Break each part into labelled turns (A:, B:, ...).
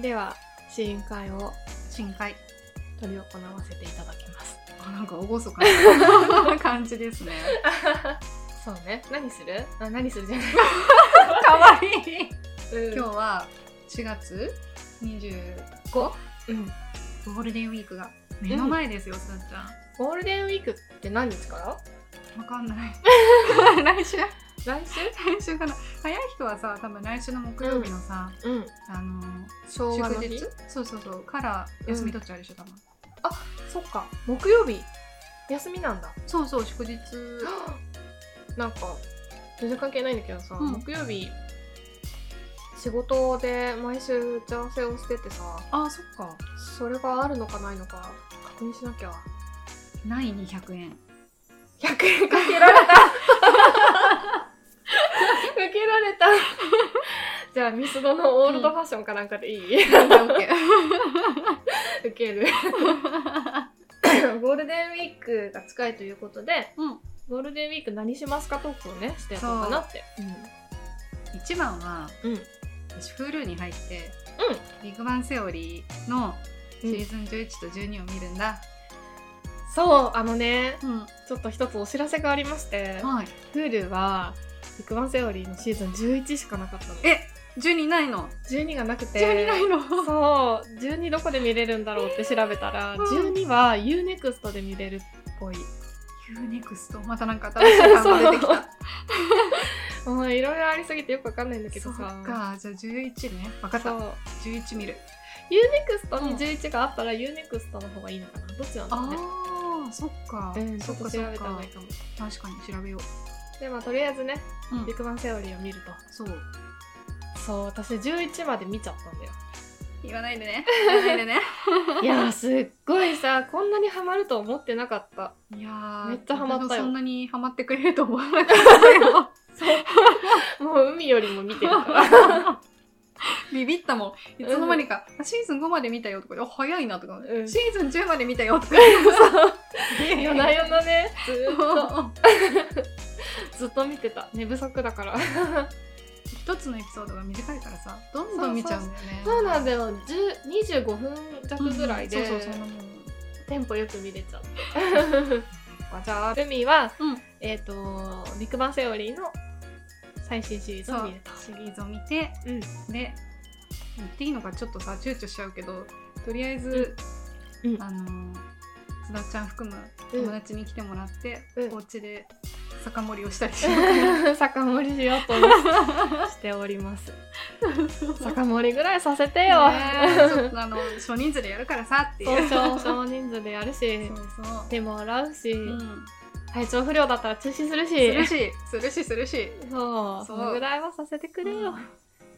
A: では試飲会を
B: 深海
A: 執り行わせていただきます
B: あなんか厳かな感じですね
A: そうね何するあ何するじゃない、
B: かわいい
A: うん、
B: 今日は4月 25? ゴ
A: うん、
B: ールデンウィークが目の前ですよ、すーちゃ
A: ゴールデンウィークって何日から
B: んわかんない 来 週
A: 来週
B: 来週かな早い人はさ多分来週の木曜日のさ、
A: うん
B: あの
A: 昭和の
B: 祝
A: 日
B: 日そうそうそうから休み取っちゃうでしょ多分、
A: そっか木曜日休みなんだ
B: そうそう祝 日
A: なんか全然関係ないんだけどさ、
B: うん
A: 木曜日仕事で毎週打ち合わせをしててさ
B: あそっか
A: それがあるのかないのか確認しなきゃ
B: ない200円
A: 100円かけられたかけられたじゃあミスドのオールドファッションかなんかでいい、
B: オッケーオッケー
A: 受けるゴールデンウィークが近いということで、
B: うん
A: ゴールデンウィーク何しますかトークをねしてやろうかなって
B: 一番は
A: う、ん、
B: 私 Hulu に入って、ビッグバンセオリーのシーズン11と12を見るんだ、
A: そうあのね
B: うん
A: ちょっと一つお知らせがありまして
B: はい
A: Hulu は「ビッグバンセオリー」のシーズン11しかなかったの
B: え12ないの
A: 12がなくて
B: 12ない の
A: そう12どこで見れるんだろうって調べたら、
B: うん
A: 12は UNEXT で見れるっぽい
B: UNEXT またなんか新しい単語出てき
A: そう
B: た
A: もういろいろありすぎてよくわかんないんだけ
B: そ
A: ど
B: っ
A: さ
B: かじゃあ11ね分かっ
A: そ
B: た
A: う
B: 11見る
A: UNEXT に11があったら UNEXT の方がいいのかなどっちなんだろうね
B: あーそっか、
A: うん、ち
B: そ
A: ょっ
B: っ
A: と
B: か
A: 調
B: そっ
A: べた方
B: か
A: がいいかも
B: 確かに調べよ
A: でまあとりあえずね
B: う、う
A: 「ビ
B: ん
A: ッ、グバンセオリー」を見ると
B: そう
A: そう私11まで見ちゃったんだよ
B: 言わないでね言わない でね
A: いやーすっごいさこんなにハマると思ってなかった
B: いやー
A: めっちゃハマったよ
B: 私もそんなにハマってくれると思わなかったよ
A: もう海よりも見てる から
B: ビビったもん。いつの間にか、あシーズン5まで見たよとか、あ早いなとか、
A: うん
B: シーズン10まで見たよとか、
A: 夜な夜なねずーっと
B: そう
A: ずっと見てた寝不足だから
B: 一つのエピソードが短いからさ、どんどん見ちゃうんだよね。
A: そうなんだ
B: だ
A: よ10 25分弱ぐらいで、
B: そうそう、そんなもん。
A: テンポよく見れ ちゃってじゃあルミは、
B: うん
A: えっ、と「ビッグバンセオリー」の最新シリーズ
B: そ
A: を
B: う
A: 見れた、
B: シリーズを見て、
A: うん
B: で、言っていいのかちょっとさ、躊躇しちゃうけど、とりあえず、
A: うん
B: あのー、津田ちゃん含む友達に来てもらって、
A: うん
B: お家で酒盛りをしたりしよ うかな
A: 酒盛りしようと思ってしております酒盛りぐらいさせてよ、
B: ね えちょっとあの少人数でやるからさってい。
A: そうう少少人数でやるし
B: そうそう
A: 手も洗うし、
B: うん
A: 体調不良だったら中止するし
B: するし、するし、するし。
A: そう
B: そ
A: そうのぐらいはさせてくれよ、
B: うん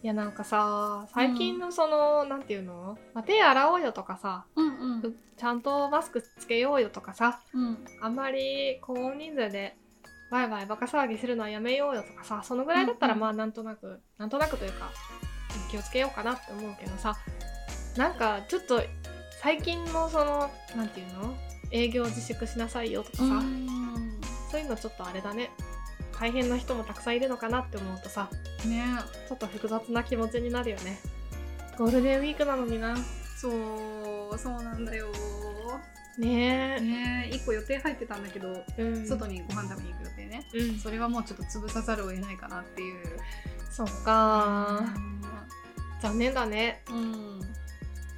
A: いやなんかさ最近のその、なんていうの、まあ、手洗おうよとかさ
B: うんうん。
A: ちゃんとマスクつけようよとかさ
B: うん。
A: あんまりこう大人数でワイワイバカ騒ぎするのはやめようよとかさそのぐらいだったら
B: うんうん
A: まあなんとなく、なんとなくというか気をつけようかなって思うけどさなんかちょっと最近のそのなんていうの営業自粛しなさいよとかさ、そういうのちょっとあれだね大変な人もたくさんいるのかなって思うとさ
B: ね
A: ちょっと複雑な気持ちになるよねゴールデンウィークなのにな
B: そう、そうなんだよ。
A: ね
B: ね一個予定入ってたんだけど、
A: え、うん
B: 外にご飯食べに行く予定ね。
A: うん
B: それはもうちょっと潰さざるを得ないかなっていう。
A: そっか残念だね
B: うん。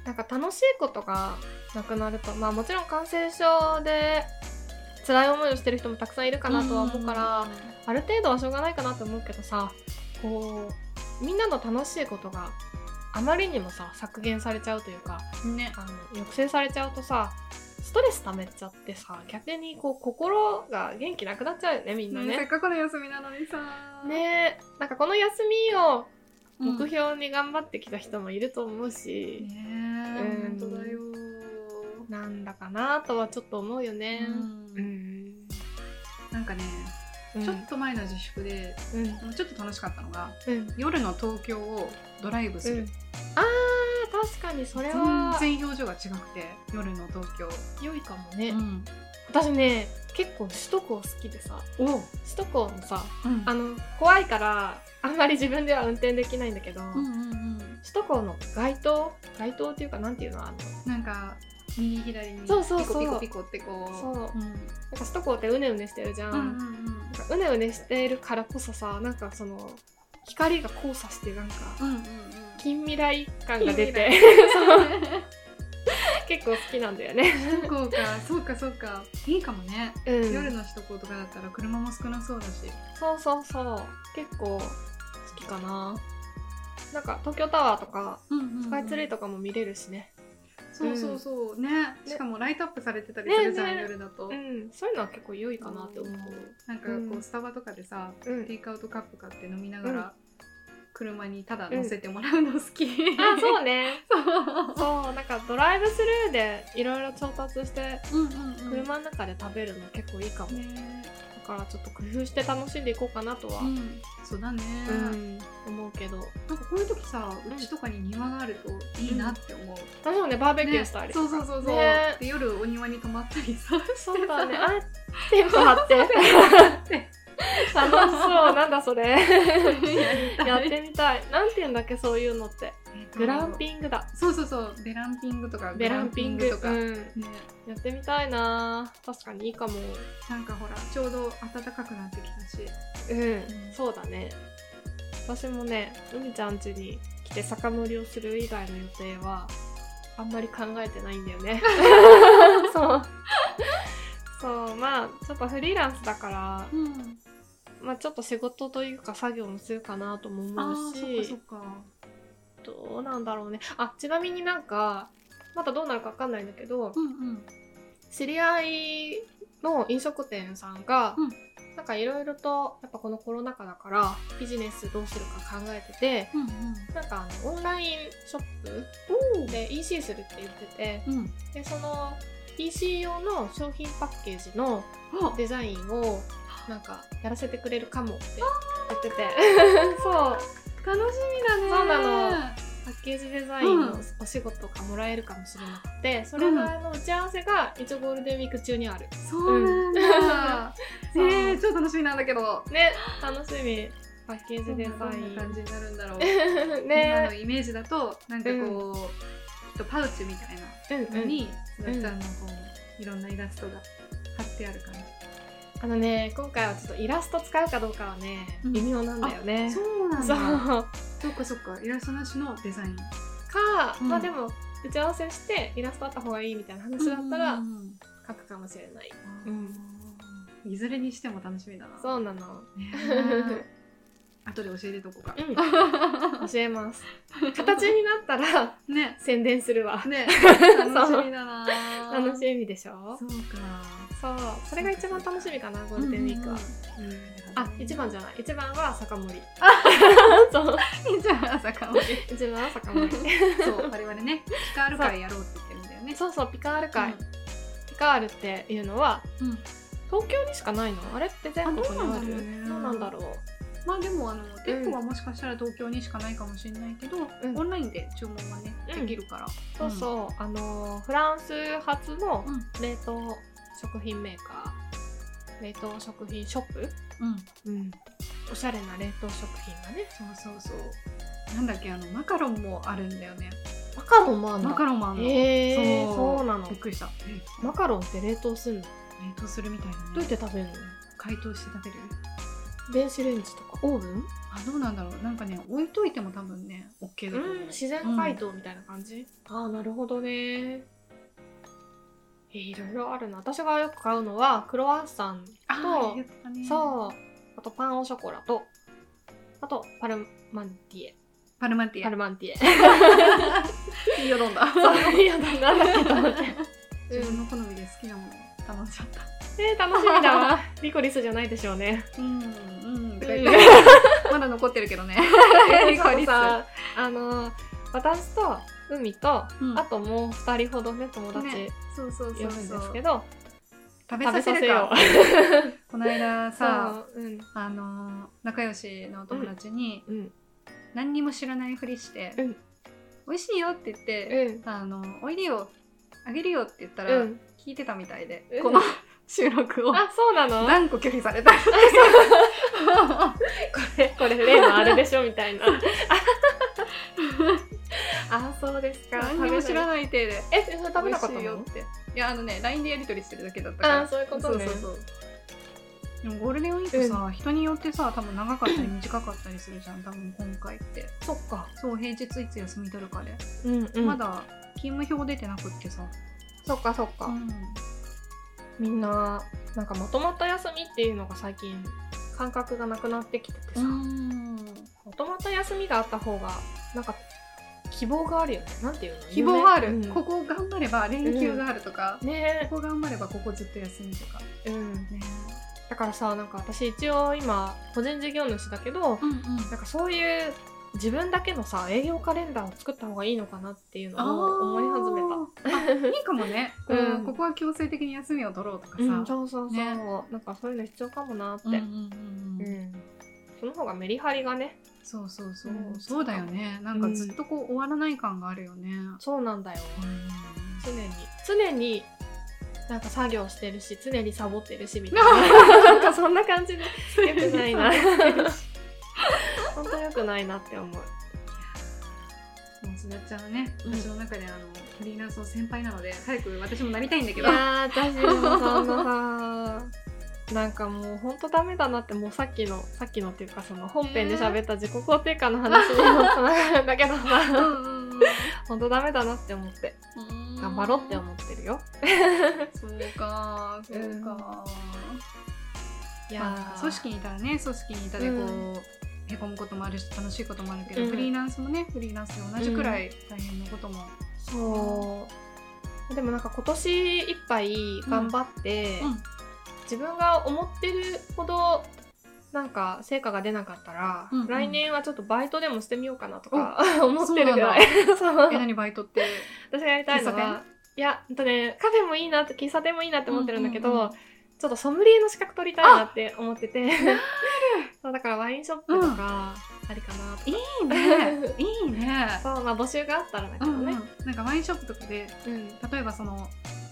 A: なんか楽しいことがなくなるとまあもちろん感染症で辛い思いをしてる人もたくさんいるかなとは思うから、ある程度はしょうがないかなと思うけどさこうみんなの楽しいことがあまりにもさ削減されちゃうというか
B: ね。
A: あの抑制されちゃうとさストレス溜めちゃってさ逆にこう心が元気なくなっちゃうよねみんな
B: ねせっ
A: ね。
B: かくの休みなのにさ。。
A: ねえなんかこの休みを
B: 目
A: 目
B: 標。ね
A: 標に頑張ってきた人もいると思うし、
B: え。
A: うん
B: 本当だよ。
A: なんだかなとはちょっと思うよね。
B: う
A: うんん
B: なんかね、
A: うん
B: ちょっと前の自粛で、
A: うん
B: もうちょっと楽しかったのが、
A: うん
B: 夜の東京をドライブす
A: う
B: る
A: ん、あー確かにそれは
B: 全然表情が違くて夜の東京、
A: 良いかもね、
B: ん、
A: 私ね結構首都高好きでさ
B: おう、
A: 首都高のさ
B: うん、
A: あの怖いからあんまり自分では運転できないんだけど、
B: うんうんうん
A: 首都高の街灯街灯っていうかなんていうのあの
B: なんか右左に
A: そうそうそう
B: ピコピコピコってこう
A: そう
B: うん
A: なんか首都高ってうねうねしてるじゃん,、
B: うん
A: なん
B: うんうん
A: かうねうねしてるからこそさなんかその光が交差してなんか
B: うんうんうん
A: 近未来感が出て 結構好きなんだよね、
B: 首都高か そうかそうかいいかもね、
A: うん、
B: 夜の首都高とかだったら車も少なそうだし
A: そうそうそう結構好きかななんか東京タワーとか
B: うんうんうん
A: スカイツリーとかも見れるしね
B: そうそうそうねしかもライトアップされてたり
A: ね
B: するじゃん、
A: ね
B: 夜だと、
A: うんそういうのは結構良いかなって思
B: なんかこう、
A: うん
B: スタバとかでさ
A: う、うん
B: テ、イクアウトカップ買って飲みながら、
A: うん
B: 車にただ乗せてもらうの好き、
A: あそうね
B: そう
A: そうなんかドライブスルーでいろいろ調達して
B: うんうんうん
A: 車の中で食べるの結構いいかも、だ
B: ね
A: からちょっと工夫して楽しんでいこうかなとは、
B: う
A: うん
B: んそうだね、
A: 思うけど
B: なんかこういう時さうちとかに庭があるといいなって思う、
A: 私もねバーベキューしたり
B: ね
A: とか
B: そうそうそうそう、
A: ね
B: で夜お庭に泊まったりさ
A: そうだ ねあテント張って
B: て
A: 楽しそうなんだそれや
B: や
A: っ
B: りたい
A: てみたいなんて言うんだっけそういうのって
B: えっと
A: グランピングだ
B: そうそうそうベランピングとか
A: ベランピング
B: グラとか、
A: うん、
B: ね
A: やってみたいな確かにいいかも
B: なんかほらちょうど暖かくなってきたし
A: うん、そうだね私もね海ちゃん家に来て酒盛りをする以外の予定はあんまり考えてないんだよ ねそうそうまあちょっとフリーランスだから、
B: うん
A: まあ、ちょっと仕事というか作業もするかなとも
B: あ
A: 思う
B: ー
A: し
B: そっかそっか
A: どうなんだろうねあちなみになんかまだどうなるかわかんないんだけど、
B: うんうん
A: 知り合いの飲食店さんが、
B: うん
A: なんかいろいろとやっぱこのコロナ禍だからビジネスどうするか考えてて
B: うん
A: なんかあのオンラインショッ
B: うんお
A: プで EC するって言ってて
B: うん
A: でその EC 用の商品パッケージの
B: あ
A: デザインをなんかやらせてくれるかもって言ってて そう
B: 楽しみだね
A: そうなパッケージデザイン
B: う
A: の
B: ん
A: お仕事がもらえるかもしれなくて、それのあの打ち合わせが一応ゴールデンウィーク中にある。
B: そうなんだ、
A: うん
B: ねえ超楽しみなんだけど
A: ね、楽しみ。パッケージデザ
B: どんな感じ
A: イ
B: になるんだろう、
A: ン。
B: 今の
A: ね、
B: イメージだとなんかこう、きっとパウチみたい
A: うん
B: なの
A: うん。
B: にすだちゃんのこういろんなイラストが貼ってある感じ、
A: あのね、今回はちょっとイラスト使うかどうかはね、
B: うん
A: 微妙なんだよね。
B: そうなん
A: そ
B: だ
A: う。
B: そっかそっかイラストなしのデザイン
A: か、
B: うん
A: まあでも、打ち合わせしてイラストあった方がいいみたいな話だった
B: う
A: ら
B: んうんうん
A: 書くかもしれない。
B: いずれにしても楽しみだな。
A: そうなの。
B: ね 後で教えてとこうか。
A: うん。教えます。形になった ら
B: ね。
A: 宣伝するわ。
B: ね。楽しみだな。
A: 楽しみでしょ
B: そうか。
A: そう。それが一番楽しみかな、ゴールデンウィークは。あ、一番じゃない。一番は酒盛り。 そう。
B: い。じゃあ朝顔で。
A: 一番は酒盛り。
B: そう我々ねピカール会やろうって言ってるんだよね。
A: そうそうピカール会、ピカールっていうのは
B: うん。
A: 東京にしかないのあれって全国に
B: あどう
A: あ
B: なんだろう
A: る
B: ね
A: どうなんだろう
B: まあでもあの店舗はもしかしたら東京にしかないかもしれないけど、
A: うん
B: オンラインで注文はね
A: うん
B: できるから。
A: そうそう、あのーフランス発の
B: うん
A: 冷凍食品メーカー冷凍食品ショップ、
B: うん。
A: うん、おしゃれな冷凍食品がね
B: そうそうそう。なんだっけあのマカロンもあるんだよね。
A: マカロンもある
B: マカロンもあるの。
A: へえー、そうなの
B: びっくりした。
A: マカロンって冷凍すんのど
B: 冷凍するみたいな、ね。
A: うやって食べるの
B: 解凍して食べる？
A: 電子レンジとかオーブン、
B: あどうなんだろう。なんかね置いといても多分ね OK だと思う。
A: 自然解凍みたいな感じ、ああなるほどねえいろいろあるな私がよく買うのはクロワッサン
B: あ
A: と
B: ー言ってたね。う。
A: そうあとパンオショコラとあとパルマンティエ
B: パルマンティ
A: パ
B: ア。
A: ルマンティエ
B: いいよどんだ。
A: そういやだなんだっけと思って
B: 自分の好みで好きなもの頼んじゃった。
A: えー、楽しみだわ リコリスじゃないでしょうね
B: うんうん。とか
A: う
B: 言
A: ん
B: ってまだ残ってるけ どね。リコ
A: そ
B: リス
A: うさあのー私と海と、
B: うん
A: あともう2人ほどね友達
B: ねそうそう
A: いる
B: そうんそ
A: です
B: う。
A: けど
B: 食べ
A: 食べ
B: さ
A: さ
B: せ
A: せ
B: る
A: よ
B: か。この間
A: う
B: さ、
A: そううん
B: あのー仲良しのお友達に
A: うん
B: 何にも知らないふりして、
A: うん
B: 美味しいよって言って。
A: うん
B: あの「おいでよあげるよ」って言ったら、
A: うん
B: 聞いてたみたいで、
A: うん
B: この 収録を
A: あ、そうなの
B: 断固拒否された
A: これ、これ、例のあれでしょみたいな。あーそうですか
B: 何にも知ら
A: い
B: ない体で
A: えそれ食べなかった
B: 美味しいよ
A: の
B: っていやあのね LINE でやり取りしてるだけだったから
A: あーそういうことね
B: そうそうそうでもゴールデンウィークさ、人によってさ多分長かったり短かったりするじゃん多分今回って
A: そっか
B: そう平日いつ休み取るかで、
A: うんうん
B: まだ勤務表出てなくってさ、
A: そっかそっか、
B: うん
A: みんななんかまとまった休みっていうのが最近感覚がなくなってきててさ、まとまった休みがあった方がなんか希望があるよねなんていうの
B: 希望がある、
A: 夢うん
B: ここ頑張れば連休があるとか、
A: ね
B: ここ頑張ればここずっと休みとか
A: え、うん、
B: ね、
A: だからさなんか私一応今個人事業主だけど
B: うんうん、
A: なんかそういう自分だけのさ営業カレンダーを作った方がいいのかなっていうのを思い始めた
B: めたいいかもね、
A: うん
B: うん、ここは強制的に休みを取ろうとかさ、
A: うん、そうそうそう、
B: ね
A: なんかそういうの必要かもなって、
B: うんうんうん
A: う
B: うん
A: んその方がメリハリがね
B: そうそうそう、
A: うん
B: そうだよねなんかずっとこう終わらない感があるよね、うん
A: そうなんだよ常に常になんか作業してるし常にサボってるしみたいなな んかそんな感じで良くないな本当良くないなって思う
B: もうすなちゃんはね、
A: うん
B: 私の中であのフリーランスの先輩なので早く私もなりたいんだ
A: い
B: けど
A: やー私もそんなさなんかもうほんとダメだなってもうさっきの さっきのっていうかその本編で喋った自己肯定感の話にもつながるんだけど
B: う
A: さ
B: んうんうん
A: ほんとダメだなって思って 頑張ろうって思ってるよ
B: そうかそうか、
A: い
B: ま
A: や
B: あ
A: ー
B: 組織にいたらね組織にいたでこう、
A: うん
B: へこむこともあるし楽しいこともあるけど、
A: うん
B: フリーランスもねフリーランスで同じくらい大変なことも、
A: そうでもなんか今年いっぱい頑張って、
B: うん
A: 自分が思ってるほどなんか成果が出なかったら、
B: うんうん
A: 来年はちょっとバイトでもしてみようかなとか 思ってるぐらいそう
B: え何バイトって
A: 私がやりたいの
B: 喫茶
A: は店いやほんとねカフェもいいなと喫茶店もいいなって思ってるんだけど、
B: うんうんうん
A: ちょっとソムリエの資格取りたいなって思ってて そうだからワインショップとかありかなとか、
B: いいねいいね
A: そうまあ募集があったらだけ
B: う
A: ど
B: んう
A: ね、
B: んなんかワインショップとかで
A: うん
B: 例えばその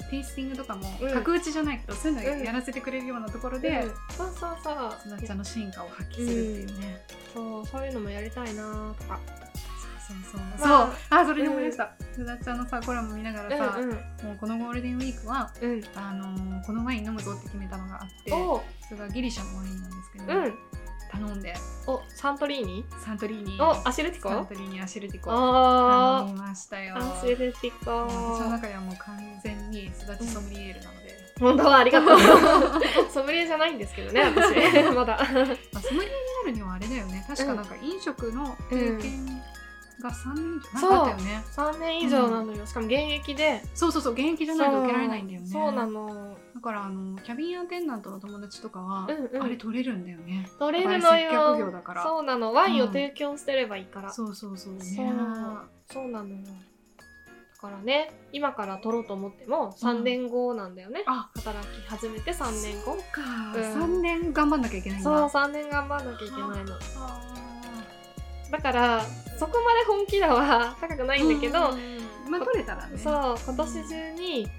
B: テイスティングとかも
A: うん
B: 格打ちじゃないけど、そういう
A: うん
B: のやらせてくれるようなところで、
A: で、そうそうそう
B: すなちゃんの進化を発揮するっていうね、
A: そうそういうのもやりたいなとか
B: そうそうそう、
A: まあ
B: そうあそれで思い出した、すなちゃんのさコラム見ながらさ、
A: うん
B: もうこのゴールデンウィークは
A: うんうん
B: あのーこのワイン飲むぞって決めたのがあって
A: お
B: それがギリシャのワインなんですけど、
A: うん
B: 頼んで
A: おサントリーニ
B: サントリーニ
A: おアシルティ
B: サン
A: コ
B: トリーニアシルティコ頼
A: あ
B: みましたよ
A: ーアシルティコ
B: 私の中ではもう完全にすだちソムリエールなので、
A: 本当はありがとう ソムリエじゃないんですけどね私 まだ
B: まあ、ソムリエになるにはあれだよね確かなんか飲食の経験が3年以上なかったよね、
A: 3年以上なのよしかも現役で
B: そうそうそう現役じゃないと受けられないんだよね
A: そうなの
B: だからあのキャビンアテンダントの友達とかは、
A: うんうん
B: あれ取れるんだよね
A: 取れるの
B: やっぱり接客業
A: よ
B: だから
A: そうなのワインを提供してればいいから
B: そうそうそうね
A: そうそうなのよだからね今から取ろうと思っても3年後なんだよね、
B: あ
A: 働き始めて3年後
B: そうか、
A: うん
B: 3年頑張んなきゃいけないんだ
A: そう3年頑張んなきゃいけないの
B: あ
A: だからそこまで本気度は 高くな
B: ー
A: いんだけど、
B: うんまあ取れたらね
A: そう今年中に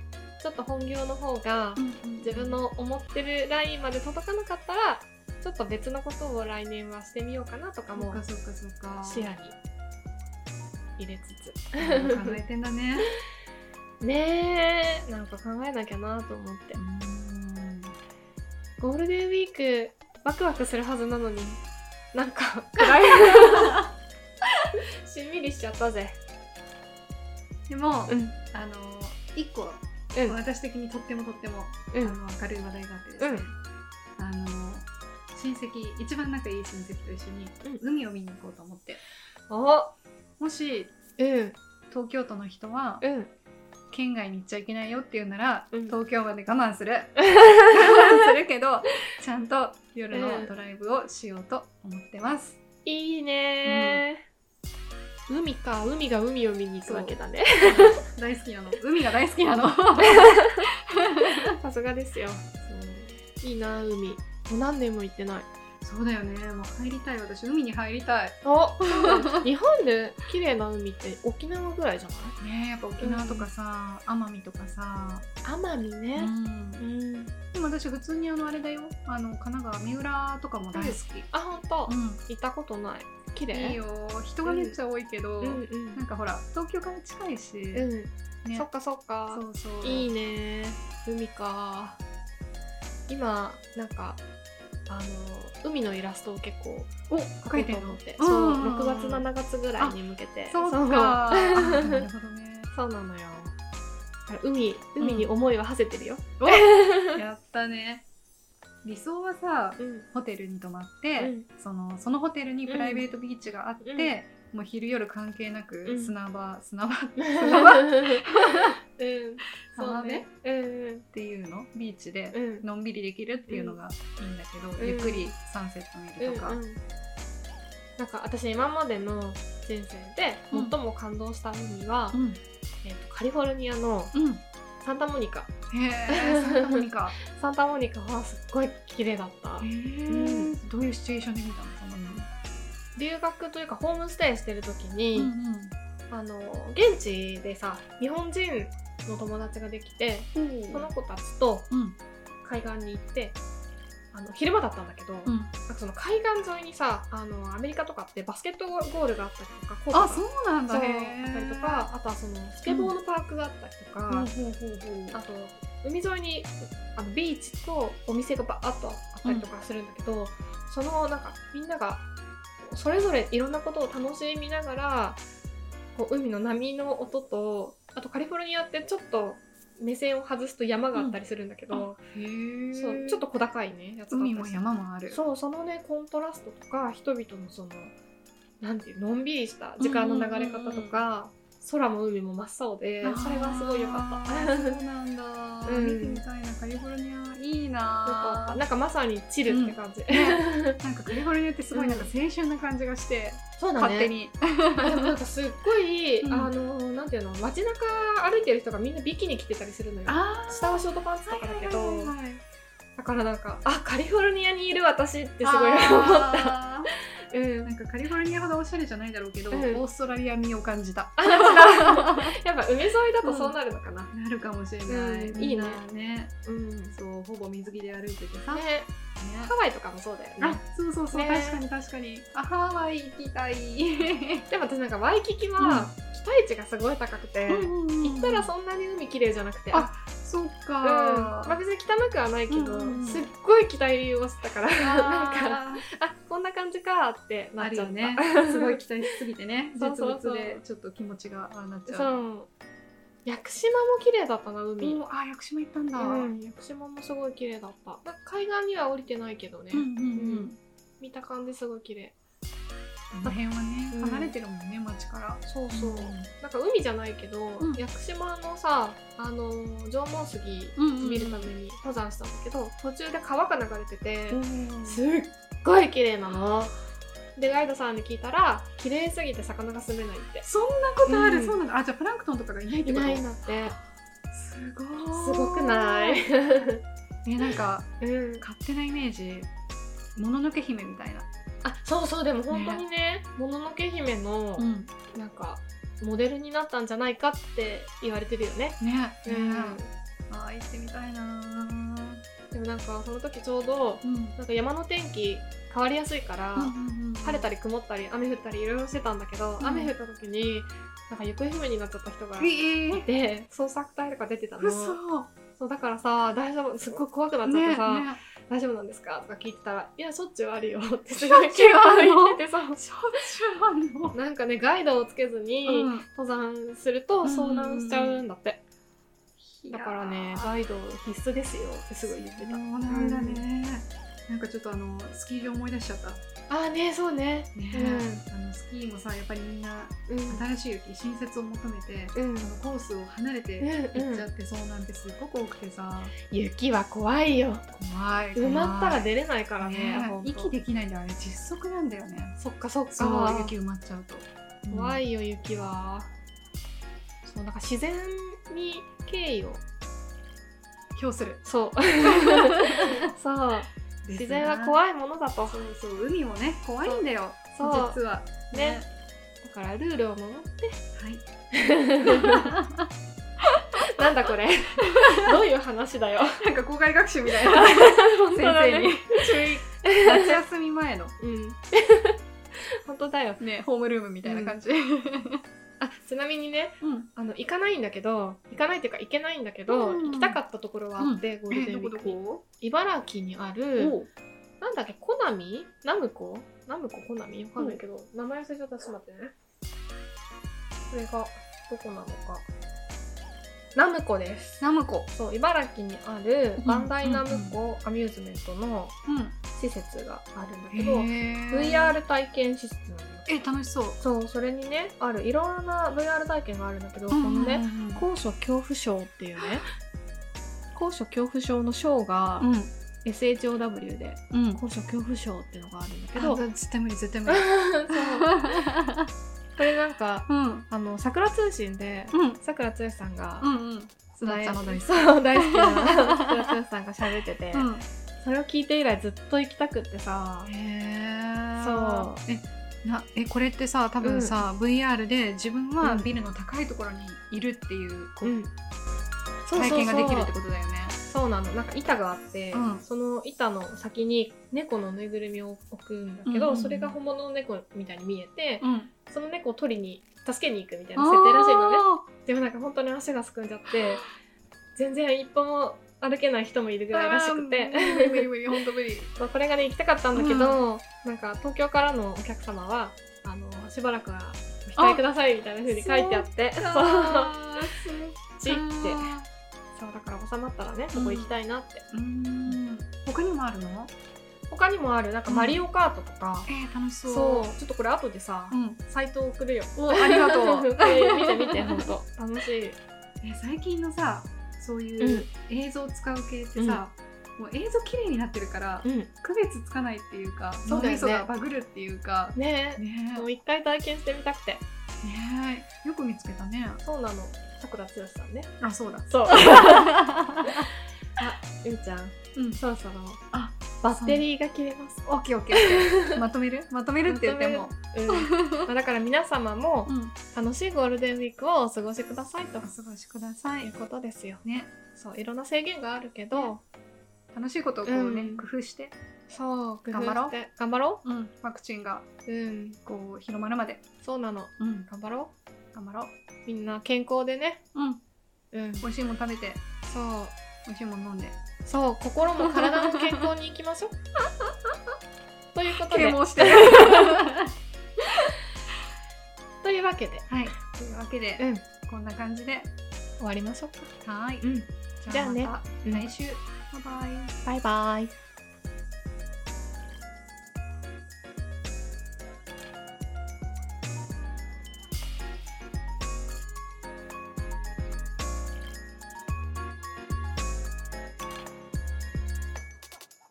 A: ちょっと本業の方が
B: うんうん
A: 自分の思ってるラインまで届かなかったらちょっと別のことを来年はしてみようかなとか
B: そ
A: も
B: うかそうかそうか
A: 視野に入れつつ
B: 考えてんだね
A: ねえなんか考えなきゃなと思って
B: うん
A: ゴールデンウィークワクワクするはずなのになんか暗いしんみりしちゃったぜ
B: でも、
A: うん
B: あの一個、
A: うん
B: 私的にとってもとっても、
A: うん
B: あの明るい話題があってですね、あの親戚一番仲いい親戚と一緒に
A: う
B: 海を見に行こうと思って、
A: お
B: もし
A: うん
B: 東京都の人は
A: うん
B: 県外に行っちゃいけないよっていうなら、
A: うん
B: 東京まで我 慢する我慢するけどちゃんと夜のドライブをしようと思っ てます、
A: いいねー、海か海が海を見に行くわけだね
B: 大好きなの海が大好き なの
A: さすがですよいいな海もう何年も行ってない
B: そうだよねもう入りたい私海に入 りたい
A: お日本で綺麗な海って沖縄ぐらいじゃ
B: ねえやっぱ沖縄とかさ、奄美とかさ、
A: ない奄美
B: う
A: ね
B: ん
A: うん、
B: でも私普通にあのあれだよあの神奈川三浦とかも大好き、
A: あ本当、
B: うん
A: 行ったことない綺麗
B: いいよ人がめっちゃ多いけど、
A: うんうん
B: なんかほら東京から近いし、
A: うん、
B: ね
A: そっかそっか
B: そうそう
A: いいね海か今なんかあの海のイラストを結構
B: お書
A: 描
B: い
A: こう
B: て
A: と思って
B: んのうん
A: そう
B: うんうん
A: 6月7月ぐらいに向けて
B: そうかあー なるほどね
A: そうなのよだから海海に思いは馳せてるよ、
B: おやったね理想はさ
A: うん
B: ホテルに泊まっ
A: う
B: て、
A: ん
B: そのそのホテルにプライベートビーチがあって、
A: うん
B: もう昼夜関係な
A: う
B: く
A: ん
B: 砂場、砂場っ
A: うん、そうね。うんうん
B: ていうのビーチで
A: うん。
B: のんびりできるっていうのがいいんだけど、
A: うん
B: ゆっくりサンセット見るとか、
A: うんうんなんか私今までの人生で
B: うん
A: 最も感動した海は、
B: うん
A: えっとカリフォルニアの
B: うん
A: サンタモニカ
B: へえサンタモ ニカ
A: サンタモニカはすっごい綺麗だった
B: へえどういうシチュエーションで見たのその
A: 留学というかホームステイしてる時に、
B: う
A: あの現地でさ日本人の友達ができて
B: んうん
A: その子たちと
B: うん
A: 海岸に行ってあの昼間だったんだけど、
B: うん
A: なんかその海岸沿いにさあのアメリカとかってバスケットゴールがあったりとかコートが
B: あそうなん
A: そう
B: だ
A: あっ
B: へ
A: たりとかあとはそのスケボーのパークがあったりとか、
B: ほうほうほうほ
A: あと海沿いにあのビーチとお店がバーッとあったりとかするんだけど、そのなんかみんながそれぞれいろんなことを楽しみながらこう海の波の音とあとカリフォルニアってちょっと目線を外すと山があったりするんだけど、
B: うへえ
A: そうちょっと小高いねやつがあったり
B: 海
A: する
B: も山もある
A: そうそのねコントラストとか人々のそのなんていうのんびりした時間の流れ方とか、空も海も真っ青で
B: あー
A: それがすごい良かった。
B: あーそうなんだ、
A: うん
B: 見てみたいなカリフォルニアいい
A: よかった
B: な
A: なんかまさにチルって感じ、
B: なんかカリフォルニアってすごいなんか青春な感じがして、
A: そうだね
B: 勝手 に
A: でもなんかすっごい、
B: うん
A: あのなんていうの街中歩いてる人がみんなビキニ着てたりするのよ
B: あー
A: 下はショートパンツと
B: はい
A: かだ
B: はい
A: け
B: はい
A: ど、
B: はい
A: だからなんかあカリフォルニアにいる私ってすごい思った
B: あ
A: う
B: ー
A: ん
B: なんかカリフォルニアほどおしゃれじゃないだろうけど、
A: うん
B: オーストラリア味を感じた
A: あなんかやっぱ海沿いだとそうなるのかな、
B: なるかもしれない、
A: うんいいね
B: みんなね
A: うんね
B: そうほぼ水着で歩いててさ、ね
A: ハワイとかもそうだよ
B: あ
A: ね
B: そうそうそう、
A: ね
B: 確かに確かにあハワイ行き たい
A: でも私なんかワイキキは期待値がすごい高くて、行
B: 行
A: ったらそんなに海綺麗じゃなくて
B: あそっ
A: う
B: か
A: ん、まあ、別に汚くはないけど、
B: うんうんうん
A: すっごい期待をしたから なんか
B: あー
A: あこんな感じかってな
B: あ
A: っ
B: る
A: ちゃ
B: よ
A: った、
B: ねすごい期待しすぎて ね
A: そう
B: 実
A: そうそう
B: 物でちょっと気持ちがああなっちゃ う
A: そう屋久島も綺麗だったな海、
B: もうあ屋久島行ったんだ、
A: うん屋久島もすごい綺麗だったなんか海岸には降りてないけどね、
B: うんうんうん
A: うん見た感じすごい綺麗
B: この辺はね、
A: うん
B: 離れてるもんね町から
A: そうそう、なんか海じゃないけど、
B: うん
A: 屋久島のさあのー縄文杉
B: うんうんうん
A: 見るために登山したんだけど、途中で川が流れてて、
B: うん
A: すっごい綺麗なの。でガイドさんに聞いたら綺麗すぎて魚が住めないって。
B: そんなことある、
A: うん
B: そうなんだあじゃあプランクトンとかがいないって
A: い
B: こと
A: ないんだって。
B: すご
A: す
B: ーい
A: ごく ない？
B: えなんか
A: うん。
B: 勝手なイメージもののけ姫みたいな、
A: あそうそうでも本当にね「もののけ姫」の
B: ん、
A: なんかモデルになったんじゃないかって言われてるよね。
B: ね
A: う
B: ね
A: ん。
B: あー行ってみたいな
A: でもなんかその時ちょうど
B: うん、
A: なんか山の天気変わりやすいから。晴れた
B: り
A: り曇ったり雨降ったりいろいろしてたんだけど、
B: うん
A: 雨降った時になんか行方不明になっちゃった人がい
B: ええ
A: て捜索隊とか出てたの
B: 嘘
A: そうだからさ大丈夫すっごい怖くなっちゃってさ、大丈夫なんですかとか聞いてたら「いやしょっちゅうあるよ」ってすごい
B: しょっちゅうあ るの
A: 言っててさ
B: しょっちゅうあんの、
A: なんかねガイドをつけずに
B: うん
A: 登山すると遭難しちゃうんだって、だからね
B: いや
A: ガイド必須ですよってすごい言って
B: ー
A: た、
B: そうなんだね、なんかちょっとあのスキー場思い出しちゃった
A: ああねそうね
B: ねあのスキーもさやっぱりみんな
A: うんうん
B: 新しい雪新雪を求めて
A: うん
B: あのコースを離れて
A: うん
B: 行
A: う
B: っちゃっ
A: ん、
B: て遭難ってすっごく多くてさ
A: 雪は怖いよ
B: 怖い怖
A: 埋
B: い
A: まったら出れないからね
B: ね
A: ほんと
B: 息できないんだよあれ窒息なんだよね
A: そっかそっ
B: そう
A: か
B: 雪埋まっちゃうと
A: 怖
B: い
A: いよ雪はそうなんか自然に敬意を
B: 今日する
A: そうそう自然は
B: で
A: 怖いものだと
B: すなそうそう海もね怖いんだよ実
A: そう
B: は
A: ねだからルールを守って
B: はい
A: なんだこ れどういう話だよ
B: なんか公開学習みたいな先
A: 本当だ
B: 生
A: ね
B: に注意夏休み前の
A: うん 本当だよ
B: ねホームルームみたいな感じ、
A: あちなみにね
B: うん、
A: あの行かないんだけど行かないっていうか行けないんだけど、
B: うん
A: 行きたかったところはあって、ゴール
B: え
A: デンウ
B: ど
A: ィー
B: こど
A: クに
B: こ、
A: 茨城にある
B: おう
A: なんだっけコナミナムコナムココナミわかんないけど、名前忘れちゃったちょっと待ってねそれがどこなのかナムコです
B: ナムコ
A: そう茨城にある
B: うん
A: バンダイナムコアミューズメントの
B: う
A: 施設があるんだ
B: ん
A: けど、VR 体験施設なのよ
B: え楽しそう
A: そうそれにねあるいろんな VR 体験があるんだけど、このね高所恐怖症っていうね高所恐怖症の症が
B: うん
A: SHOW で
B: うん
A: 高所恐怖症っていうのがあるんだけ
B: け
A: ど
B: ど
A: そう
B: 絶対無理絶対無理
A: これなんか
B: うん
A: あの桜通信で
B: うん
A: さくらつよしさんが、
B: うんうんすな
A: 大
B: ちゃんの大好き
A: そう大好きなさくらつよしさんが喋ってて、
B: うん
A: それを聞いて以来ずっと行きたくってさ
B: へー
A: そう
B: えなえこれってさ多分さ、VR で自分はビルの高いところにいるっていう、こう
A: そうそうそう
B: 体験ができるってことだよね。
A: そうなのなんか板があって、
B: うん
A: その板の先に猫のぬいぐるみを置くんだけ
B: うん
A: ど、
B: うんうん
A: それが本物の猫みたいに見えて、
B: うん、
A: その猫を取りに助けに行くみたいな設定らしいのねでもなんか本当に足がすくんじゃって全然一歩も歩けない人もいるぐらいらしくて
B: あー無理無理無理本当無理。
A: まあこれがね行きたかったんだけど、なんか東京からのお客様はあのしばらくはお控えくださいみたいな風に書いてあってそう
B: あー
A: ちって
B: あ
A: そうだから収まったらねここ行きたいなって、
B: ーうーん他にもあるの？
A: 他にもあるなんかマリオカートとか、
B: えー、楽しそう。
A: そうちょっとこれ後でさ、
B: うん。
A: サイト送るよ
B: おあり がと
A: こ。
B: う
A: れ見て見てほんと楽しい
B: え最近のさそういう映像を使う系ってさ、もう映像綺麗になってるから、
A: うん
B: 区別つかないっていうか、
A: そうだよね
B: 脳みそがバグるっていうか。
A: ねえ
B: ね
A: もう一回体験してみたくて
B: えねえよく見つけたね。
A: そうなのさくらつよしさんね
B: あそうだ。
A: そう ゆみちゃん
B: うん。
A: そろそろ
B: あ
A: バッテリーが切れます
B: オッケーオッケーオッケー。 まとめる？まとめるって言っても。
A: うんまあだから皆様も
B: うん。
A: 楽しいゴールデンウィークをお過ごしください
B: お
A: と
B: 過ごしくださ
A: いう
B: い。
A: ことですよ
B: ね。
A: そういろんな制限があるけど
B: 楽しいことをこうね、
A: うん
B: 工夫して、
A: そう工夫して
B: 頑張ろう
A: 頑張ろ
B: ワクチンが
A: ううん
B: こう広まるまで、
A: そうなの
B: うん、
A: 頑張ろ
B: 頑張ろ
A: うみんな健康でね
B: う、うん、
A: うん
B: 美味しいもの食べて
A: そう
B: 美味しいもの飲んで
A: そう心も体も健康にいきまし ょうということ
B: 啓
A: で
B: 蒙 して
A: というわけで、
B: はいというわけで、
A: うん、
B: こんな感じで
A: 終わりましょうか、
B: はーい
A: うん、
B: じゃあ
A: じゃあ
B: ま
A: ね
B: た
A: うん
B: 来週、バイバ
A: バ
B: イ
A: イバイ